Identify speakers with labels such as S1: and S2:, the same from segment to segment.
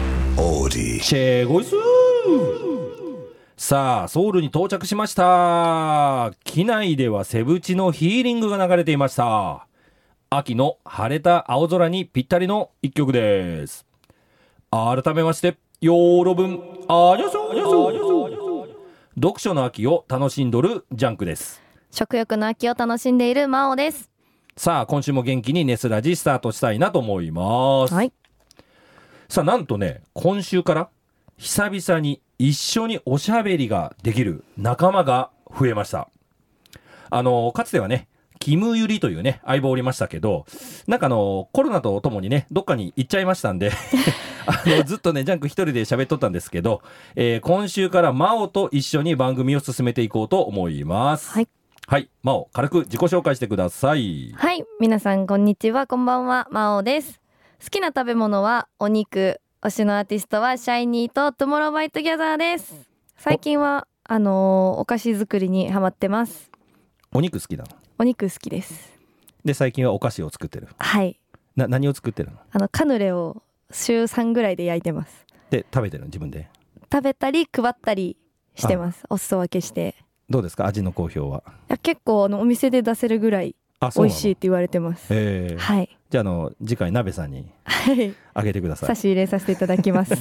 S1: ディ
S2: チェゴイスさあ、ソウルに到着しました。機内ではセブチのヒーリングが流れていました。秋の晴れた青空にぴったりの一曲です。改めまして、ヨーロ文、あにょしょ、あにょしょあにょしょ読書の秋を楽しんどるジャンクです。
S3: 食欲の秋を楽しんでいる真央です。
S2: さあ、今週も元気にネスラジスタートしたいなと思います。
S3: はい。
S2: さあ、なんとね、今週から久々に一緒におしゃべりができる仲間が増えました。あの、かつてはね、キムユリというね、相棒おりましたけど、なんかあの、コロナとともにね、どっかに行っちゃいましたんで、 あの、ずっとね、ジャンク一人で喋っとったんですけど、えー今週から真央と一緒に番組を進めていこうと思います。
S3: はい。
S2: はい、真央、軽く自己紹介してください。
S3: はい、皆さんこんにちは、こんばんは、まおです。好きな食べ物はお肉、推しのアーティストはシャイニーとトゥモローバイトギャザーです。最近はあのーお菓子作りにハマってます。
S2: お肉好きなの
S3: お肉好きです。
S2: で、最近はお菓子を作ってる。
S3: はい、
S2: な、何を作ってるの
S3: あのカヌレを週3ぐらいで焼いてます。
S2: で、食べてるの自分で。
S3: 食べたり配ったりしてます。お裾分けして。
S2: どうですか味の好評は。
S3: いや結構あのお店で出せるぐらい
S2: あ、
S3: 美味しい
S2: い
S3: っ。て言われてます。
S2: ええ
S3: はい、
S2: じゃあ、あの、次回、鍋さんに
S3: はい、
S2: あげてくださ
S3: 差
S2: い。
S3: し入れさせていただ きます。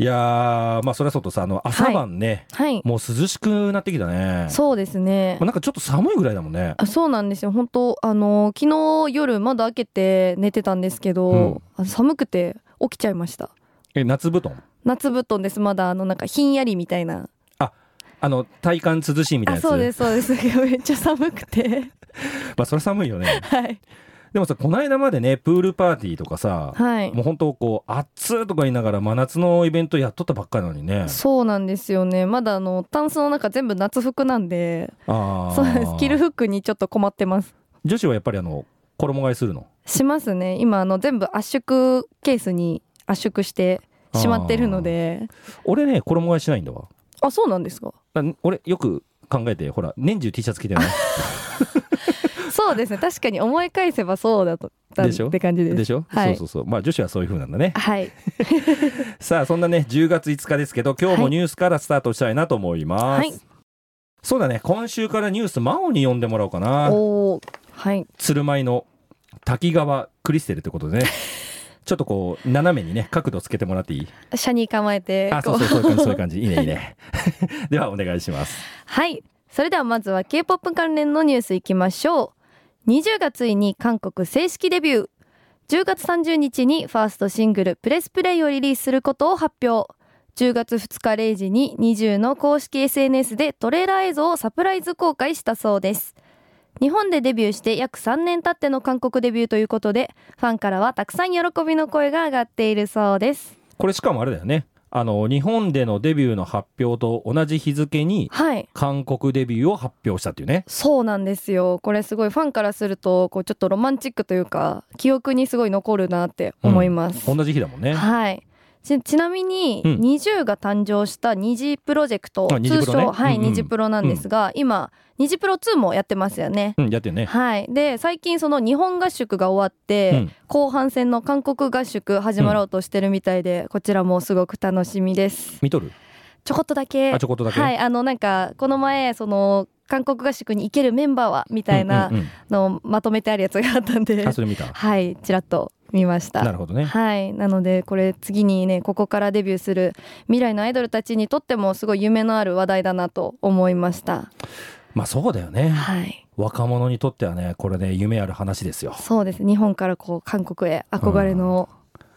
S2: いやー、まあ、それはそうとさ、あの、朝晩ね、
S3: はい、
S2: もう涼しくなってきたね。
S3: そうですね
S2: まあ。なんかちょっと寒いぐらいだもんね。
S3: あそうなんですよ本当あの昨日夜窓開けて寝てたんですけど、あ寒くて起きちゃいました
S2: え、夏布団。
S3: 夏布団ですまだあのなんかひんやりみたいな
S2: あの、体感涼しいみたいな
S3: あ
S2: やつ。
S3: そうですそうです めっちゃ寒くて
S2: まあ、それ寒いよね。
S3: はい
S2: でもさ、この間までね、プールパーティーとかさ、
S3: はい
S2: もう本当こう、暑いとか言いながら、真夏のイベントやっとったばっかりなのにね。
S3: そうなんですよねまだあのタンスの中全部夏服なんで
S2: ああ。
S3: そうです着る服にちょっと困ってます
S2: 女子はやっぱりあの、衣替えするの。
S3: しますね今あの全部圧縮ケースに圧縮してしまってるので
S2: 俺ね、衣替えしないんだわ。
S3: あそうなんですか
S2: だ俺よく考えてほら年中 T シャツ着てない
S3: そうですね確かに思い返せばそうだとだ
S2: でしょ
S3: って感じです
S2: でしょ、
S3: はい
S2: そうそうそうまあ女子はそういう風なんだね
S3: はい
S2: さあそんなね10月5日ですけど今日も
S3: はい
S2: ニュースからスタートしたいなと思います、
S3: はい
S2: そうだね今週からニュース真央に読んでもらおうかな
S3: おおはい
S2: 鶴舞の滝川クリステルってこと でねちょっとこう斜めにね角度つけてもらっていい
S3: 車に構えて
S2: あそう
S3: こ
S2: そううそういう感じそういう感じいいねいい ねではお願いします
S3: はいそれではまずは K-POP 関連のニュースいきましょう20月にに韓国正式デビュー10月30日にファーストシングル「プレスプレイ」をリリースすることを発表10月2日0時に20の公式 SNS でトレーラー映像をサプライズ公開したそうです日本でデビューして約3年経っての韓国デビューということでファンからはたくさん喜びの声が上がっているそうです
S2: これしかもあれだよねあの日本でのデビューの発表と同じ日付に
S3: はい
S2: 韓国デビューを発表したっていうね
S3: そうなんですよこれすごいファンからするとこうちょっとロマンチックというか記憶にすごい残るなって思います、
S2: 同じ日だもんね。
S3: はいちちなみに、
S2: うん
S3: 20が誕生した2次プロジェクト、
S2: あニジプロ
S3: 通
S2: ね
S3: 称、はい、
S2: うんうん
S3: 2次プロなんですが、今2次プロ2もやってますよね、
S2: うん、やってるね。
S3: はいで最近その日本合宿が終わって、
S2: うん
S3: 後半戦の韓国合宿始まろうとしてるみたいで、こちらもすごく楽しみです
S2: 見とる。
S3: ちょこっとだけ
S2: あ、ちょこっとだけ。
S3: はい、あのなんかこの前その韓国合宿に行けるメンバーはみたいな
S2: うんうん
S3: のをまとめてあるやつがあったんで、
S2: うんあ、それ見た。
S3: はいちらっと見ました
S2: なるほどね。
S3: はいなのでこれ次にねここからデビューする未来のアイドルたちにとってもすごい夢のある話題だなと思いました
S2: まあ、そうだよね。
S3: はい
S2: 若者にとってはね、これね、夢ある話ですよ。
S3: そうです日本からこう韓国へ憧れの、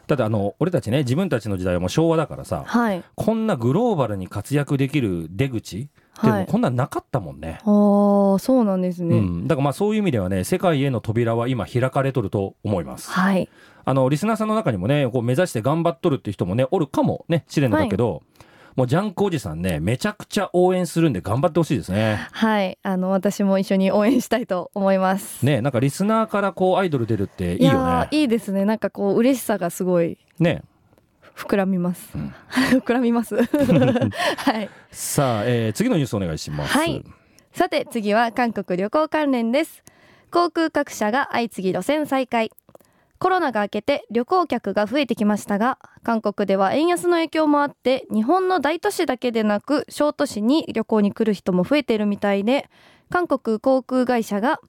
S2: だって、あの、俺たちね、自分たちの時代はもう昭和だからさ。
S3: はい
S2: こんなグローバルに活躍できる出口っていう
S3: は
S2: の
S3: い
S2: こんなんなかったもんね。
S3: ああそうなんですね、
S2: うん、だからまあそういう意味ではね世界への扉は今開かれとると思います
S3: はい
S2: あのリスナーさんの中にもねこう目指して頑張っとるって人もねおるかもね知れんのだけど、もうジャンクおじさんねめちゃくちゃ応援するんで頑張ってほしいですね
S3: はいあの私も一緒に応援したいと思います
S2: ねなんかリスナーからこうアイドル出るっていい
S3: いや
S2: よね
S3: ー。いいですねなんかこう嬉しさがすごい
S2: ね
S3: 膨らみます、
S2: うん
S3: 膨らみ ますはい
S2: さあ、えー次のニュースお願いします。
S3: はいさて次は韓国旅行関連です航空各社が相次ぎ路線再開コロナが明けて旅行客が増えてきましたが韓国では円安の影響もあって日本の大都市だけでなく小都市に旅行に来る人も増えているみたいで韓国航空会社が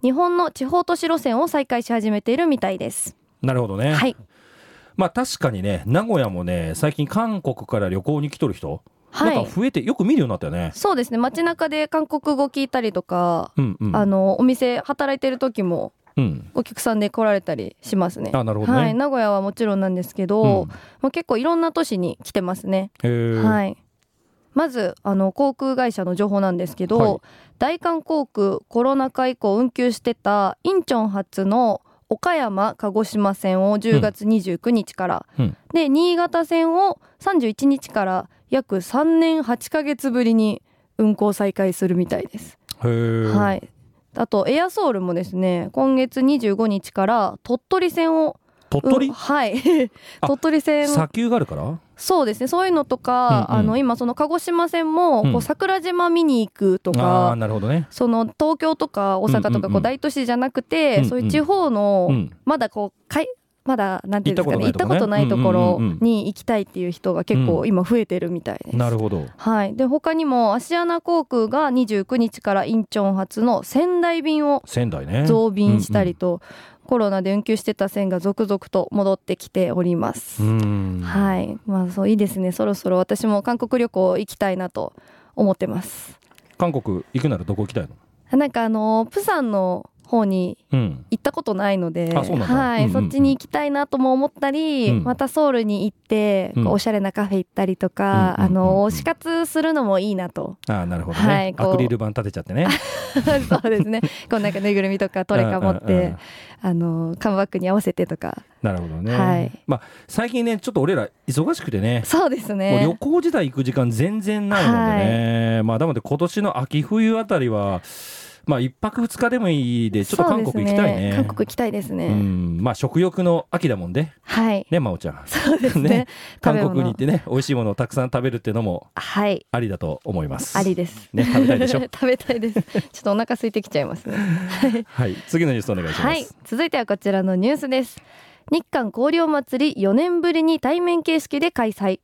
S3: 日本の地方都市路線を再開し始めているみたいです。
S2: なるほどね。
S3: はい、
S2: まあ確かにね、名古屋もね、最近韓国から旅行に来とる人、
S3: は
S2: なん
S3: い
S2: か、増えて、よく見るようになったよね。
S3: そうですね街中で韓国語聞いたりとか、
S2: うんうん。
S3: あのお店働いてる時も
S2: うん。
S3: お客さんで来られたりしますね。
S2: あなるほどね
S3: はい、名古屋はもちろんなんですけど、
S2: うん
S3: もう結構いろんな都市に来てますね。
S2: へー
S3: はい。まずあの航空会社の情報なんですけど、
S2: はい
S3: 大韓航空コロナ禍以降運休してたインチョン発の岡山鹿児島線を10月29日から、
S2: うん
S3: で新潟線を31日から約3年8ヶ月ぶりに運行再開するみたいです。
S2: へー
S3: はい、あとエアソールもですね今月25日から鳥取線を
S2: 鳥取、
S3: うんはい
S2: あ
S3: 鳥取線
S2: 砂丘があるから
S3: そうですねそういうのとか、
S2: うんうん
S3: あの今その鹿児島線も
S2: うん
S3: こう桜島見に行くとか、
S2: あーなるほどね。
S3: その東京とか大阪
S2: うん
S3: と
S2: うんう
S3: か
S2: ん
S3: こう大都市じゃなくて、
S2: うんうん
S3: そういう地方の、
S2: うん。
S3: まだこうかいまだなんていうんですかね行
S2: 行
S3: っ
S2: ったた
S3: こ
S2: ことと
S3: な
S2: ないい
S3: と
S2: とこ
S3: こ
S2: ね
S3: ろ
S2: うんうんうん
S3: に行きたいっていう人が結構今増えてるみたいです。
S2: なるほど。
S3: はい、で他にもアシアナ航空が29日からインチョン発の仙台便を
S2: 仙台ね。
S3: 増便したりと、コロナで運休してた線が続々と戻ってきております。
S2: うんうん。うん
S3: はい、まあそういいですね。そろそろ私も韓国旅行行きたいなと思ってます。
S2: 韓国行くならどこ行きたいの
S3: なんかあのプサンの方に
S2: うん。
S3: 行ったことないので、
S2: あそうなんだ
S3: はい、
S2: うんうんうん
S3: そっちに行きたいなとも思ったり、
S2: うん
S3: またソウルに行って、こう
S2: うん
S3: おしゃれなカフェ行ったりとか、
S2: うんうんうんうん
S3: あの推し活するのもいいなと
S2: あーなるほどね、
S3: はいこう
S2: アクリル板立てちゃってね。
S3: そうですね。こうなんかぬいぐるみとかトレカ持っ
S2: うんうんう
S3: て
S2: ん、
S3: あの缶バッグに合わせてとか。
S2: なるほどね。
S3: はい
S2: まあ最近ね、ちょっと俺ら忙しくてね。
S3: そうです
S2: もう旅
S3: ね。
S2: 行自体行く時間全然ないもんでね、まあなので今年の秋冬あたりはまあ一泊二日でもいいでちょっと韓国行きたいね
S3: そうです韓国行きたいですね。
S2: うんまあ食欲の秋だもんで
S3: はい。
S2: ね真央ちゃん
S3: そうですね。
S2: ね
S3: 食
S2: 韓
S3: べ物
S2: 国に行ってね美味しいものをたくさん食べるっていうのも
S3: はい。
S2: ありだと思います
S3: ありです。
S2: ね食べたいでしょ
S3: 食べた いです。ちょっとお腹空いてきちゃいますね。
S2: はい次のニュースお願いします、
S3: はい。続いてはこちらのニュースです。日韓交流祭り4年ぶりに対面形式で開催。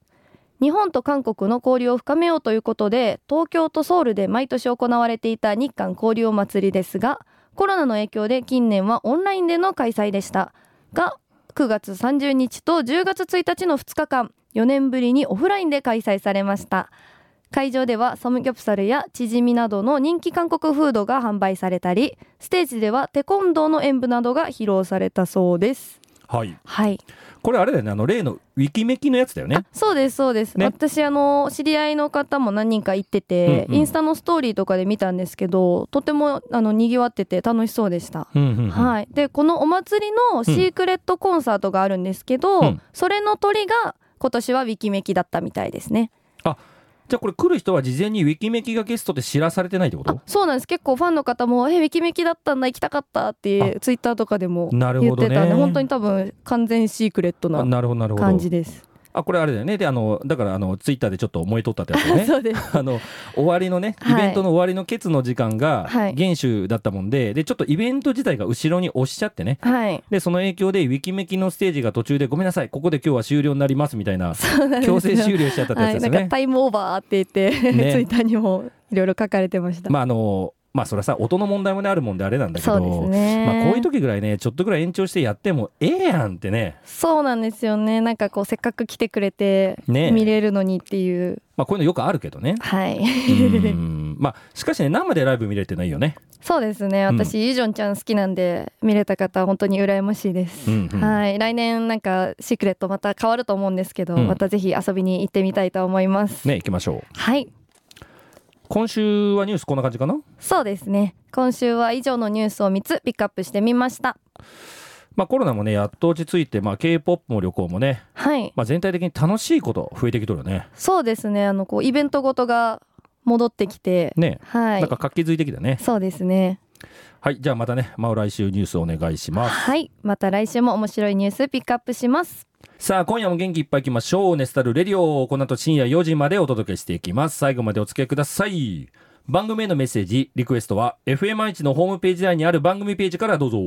S3: 日本と韓国の交流を深めようということで東京とソウルで毎年行われていた日韓交流祭りですがコロナの影響で近年はオンラインでの開催でしたが9月30日と10月1日の2日間4年ぶりにオフラインで開催されました会場ではサムギョプサルやチヂミなどの人気韓国フードが販売されたりステージではテコンドーの演舞などが披露されたそうです
S2: はい
S3: はい
S2: これあれだよねあの例のウィキメキのやつだよね
S3: あそうですそうです、
S2: ね
S3: 私あの知り合いの方も何人か行ってて、
S2: うんうん
S3: インスタのストーリーとかで見たんですけどとてもあの賑わってて楽しそうでした、
S2: うんうんうん
S3: はいでこのお祭りのシークレットコンサートがあるんですけど、
S2: うん
S3: それの鳥が今年はウィキメキだったみたいですね
S2: じゃあこれ来る人は事前にウィキメキがゲストって知らされてないってこと
S3: そうなんです結構ファンの方も「えウィキメキだったんだ行きたかった」って
S2: あ
S3: ツイッターとかでも
S2: なる
S3: 言っ
S2: ほど
S3: て
S2: ね
S3: たんで、本当に多分完全シークレット
S2: あ
S3: な
S2: なるほどなるほど
S3: 感じです、
S2: あこれあれだよねであのだからあのツイッターでちょっと燃えとったってやつだよね
S3: そうです
S2: あの終わりのね、
S3: はい
S2: イベントの終わりのケツの時間が
S3: はい
S2: 厳守だったもんで、でちょっとイベント自体が後ろに押しちゃってね
S3: はい
S2: でその影響でウィキメキのステージが途中でごめんなさいここで今日は終了になりますみたいな
S3: そうなんですよ
S2: 強制終了しちゃったってやつ
S3: はい、
S2: です
S3: な
S2: よ
S3: んか
S2: ね。
S3: タイムオーバーって言って、
S2: ね
S3: ツイッターにもいろいろ書かれてました。
S2: まああのまあそれはさ音の問題もねあるもんであれなんだけ
S3: そ
S2: ど、
S3: うですね。
S2: まあこういう時ぐらいねちょっとぐらい延長してやってもええやんってね。
S3: そうなんですよね。なんかこうせっかく来てくれて
S2: ね
S3: 見れるのにっていう、。
S2: まあこういうのよくあるけどね
S3: はい。
S2: うんまあしかしね生でライブ見れてないよね。
S3: そうですね。私、ユジョンちゃん好きなんで見れた方本当に羨ましいです。
S2: うんうん
S3: はい、来年なんかシークレットまた変わると思うんですけど、
S2: うん
S3: またぜひ遊びに行ってみたいと思います。
S2: ね行きましょう。
S3: はい、
S2: 今週はニュースこんな感じかな。
S3: そうですね。今週は以上のニュースを3つピックアップしてみました。
S2: まあ、コロナもねやっと落ち着いて、まあ、K−POP も旅行もね、
S3: はい、
S2: まあ、全体的に楽しいこと増えてきとるよね。
S3: そうですね。あのこうイベントごとが戻ってきて、
S2: ね、
S3: はい
S2: なんか活気づいてきたね。
S3: そうですね。
S2: はいじゃあまたね、まあ、来週ニュースお願いします。
S3: はい、また来週も面白いニュースピックアップします。
S2: さあ今夜も元気いっぱいいきましょう「ネスタルレディオ」この後深夜4時までお届けしていきます。最後までお付き合いください。番組へのメッセージ、リクエストは FMI のホームページ内にある番組ページからどうぞ。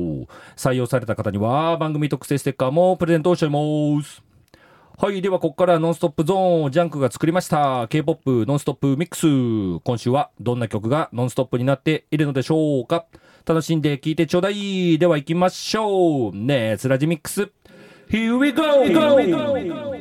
S2: 採用された方には番組特製ステッカーもプレゼントしています。はい。では、ここからノンストップゾーン、ジャンクが作りました。K-POP ノンストップミックス。今週はどんな曲がノンストップになっているのでしょうか楽しんで聴いてちょうだい。では、行きましょう。ねえ、スラジミックス。Here we go!